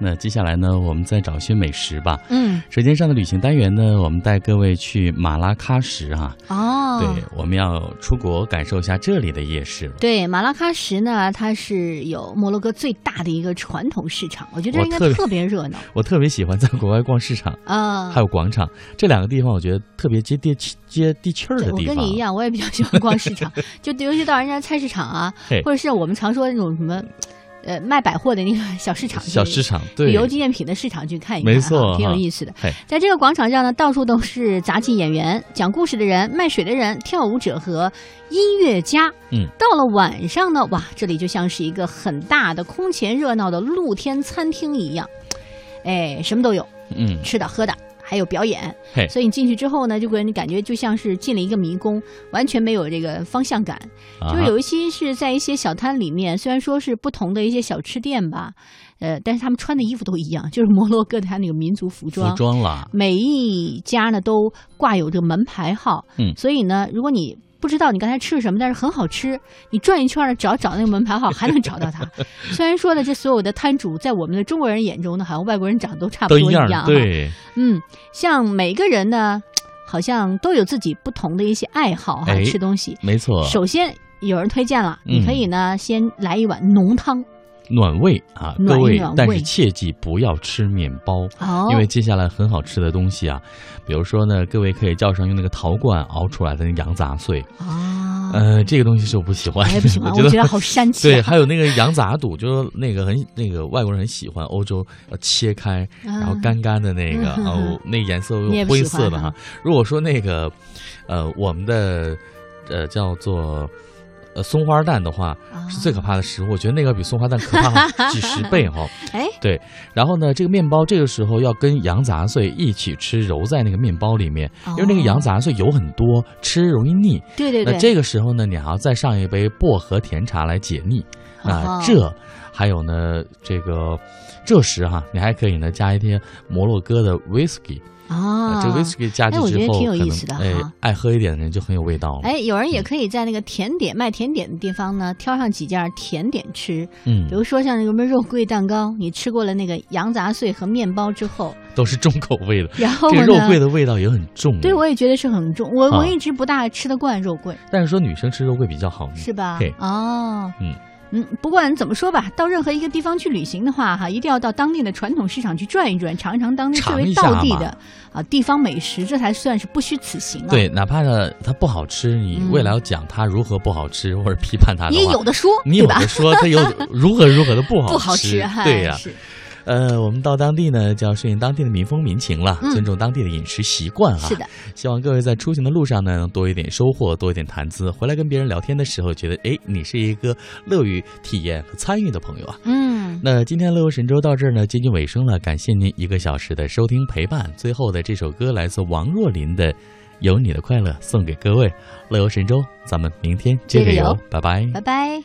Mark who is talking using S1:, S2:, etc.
S1: 那接下来呢，我们再找些美食吧。
S2: 嗯，
S1: 舌尖上的旅行单元呢，我们带各位去马拉喀什啊，
S2: 哦，
S1: 对，我们要出国感受一下这里的夜市了。
S2: 对，马拉喀什呢，它是有摩洛哥最大的一个传统市场，我觉得
S1: 我
S2: 应该
S1: 特别
S2: 特别热 闹
S1: 我特别喜欢在国外逛市场，
S2: 啊。
S1: 还有广场这两个地方，我觉得特别接地气、接地气儿
S2: 嗯啊对
S1: 的
S2: 我
S1: 地方。
S2: 跟你一样，我也比较喜欢逛市场， 就尤其到人家菜市场啊
S1: 嘿，
S2: 或者是我们常说那种什么，呃，卖百货的那个小市场去，
S1: 小市场对，
S2: 旅游纪念品的市场去看一看啊，
S1: 没错
S2: 挺有
S1: 哈
S2: 意思的
S1: 嘿。
S2: 在这个广场上呢，到处都是杂技演员、讲故事的人、卖水的人、跳舞者和音乐家。
S1: 嗯，
S2: 到了晚上呢，哇，这里就像是一个很大的空前热闹的露天餐厅一样，哎，什么都有，
S1: 嗯，
S2: 吃的、喝的。还有表演
S1: 嘿，
S2: 所以你进去之后呢，就给人感觉就像是进了一个迷宫，完全没有这个方向感。
S1: 啊
S2: 就是有一些是在一些小摊里面，虽然说是不同的一些小吃店吧，呃，但是他们穿的衣服都一样， 就是摩洛哥的他那个民族服装。
S1: 服装啦，
S2: 每一家呢都挂有这个门牌号，
S1: 嗯
S2: 所以呢，如果你不知道你刚才吃了什么，但是很好吃，你转一圈呢，找找那个门牌号，还能找 到它。虽然说呢，这所有的摊主在我们的中国人眼中呢，好像外国人长得都差不
S1: 都
S2: 多
S1: 一样
S2: 样哈，
S1: 对，
S2: 嗯，像每个人呢，好像都有自己不同的一些爱好哈，
S1: 哎
S2: 吃东西。
S1: 没错，
S2: 首先有人推荐了，
S1: 嗯
S2: 你可以呢先来一碗浓汤
S1: 暖胃啊，
S2: 暖
S1: 各位
S2: 暖胃，
S1: 但是切记不要吃面包。
S2: 哦
S1: 因为接下来很好吃的东西啊，比如说呢，各位可以叫上用那个陶罐熬出来的那羊杂碎，
S2: 啊，
S1: 呃，这个东西是我不喜欢的，
S2: 我也哎不喜欢，
S1: 我觉
S2: 我
S1: 得
S2: 觉得好煽情。啊
S1: 对，还有那个羊杂肚，就是那个很那个外国人很喜欢，欧洲要切开，然后
S2: 嗯
S1: 干干的那个，
S2: 嗯
S1: 哦，那颜色
S2: 你也
S1: 有
S2: 不
S1: 灰
S2: 喜欢
S1: 色的哈
S2: 哈。
S1: 如果说那个，呃，我们的呃叫做呃松花蛋的话，
S2: 啊
S1: 是最可怕的食物，我觉得那个比松花蛋可怕几十 倍哈、
S2: 哎，
S1: 对，然后呢，这个面包这个时候要跟羊杂碎一起吃，揉在那个面包里面，因为那个羊杂碎有很多，吃容易腻。
S2: 对哦对对，
S1: 那这个时候呢，你还要再上一杯薄荷甜茶来解腻。那
S2: 哦
S1: 呃这还有呢，这个这时哈、你还可以呢加一些摩洛哥的 whisky，、呃
S2: 啊，
S1: 这 whisky 加进
S2: 哎我
S1: 去
S2: 觉
S1: 之
S2: 得
S1: 后，
S2: 挺有
S1: 可
S2: 意
S1: 能
S2: 思的
S1: 哎
S2: 哈
S1: 爱喝一点的人就很有味道了。
S2: 哎，有人也可以在那个甜点卖甜点的地方呢，挑上几件甜点吃，
S1: 嗯
S2: 比，如说像那个什么肉桂蛋糕，你吃过了那个羊杂碎和面包之后，
S1: 都是重口味的，
S2: 然哎后
S1: 这
S2: 呢，
S1: 个肉桂的味道也很重。
S2: 对我也觉得是很重，我、我
S1: 啊
S2: 一直不大吃得惯肉桂，
S1: 但是说女生吃肉桂比较好呢。
S2: 是吧
S1: 对？
S2: 哦，
S1: 嗯
S2: 嗯，不管怎么说吧，到任何一个地方去旅行的话，哈，一定要到当地的传统市场去转一转，尝一尝当地最
S1: 尝
S2: 为
S1: 一下
S2: 道地
S1: 嘛
S2: 的啊地方美食，这才算是不虚此行啊。
S1: 对，哪怕呢它不好吃，你
S2: 嗯
S1: 未来要讲它如何不好吃或者批判它的
S2: 也
S1: 话，
S2: 有的说，
S1: 你
S2: 对
S1: 有
S2: 吧？
S1: 的说它有如何如何的不好
S2: 不好吃，哎
S1: 对呀、
S2: 是
S1: 呃，我们到当地呢，就要顺应当地的民风民情了，
S2: 嗯
S1: 尊重当地的饮食习惯啊。
S2: 是的，
S1: 希望各位在出行的路上呢，能多一点收获，多一点谈资。回来跟别人聊天的时候，觉得哎，你是一个乐于体验和参与的朋友啊。
S2: 嗯，
S1: 那今天乐游神州到这儿呢，接近尾声了，感谢您一个小时的收听陪伴。最后的这首歌来自王若琳的《有你的快乐》，送给各位。乐游神州，咱们明天接着
S2: 接着
S1: 游
S2: 游，
S1: 拜拜
S2: 拜拜。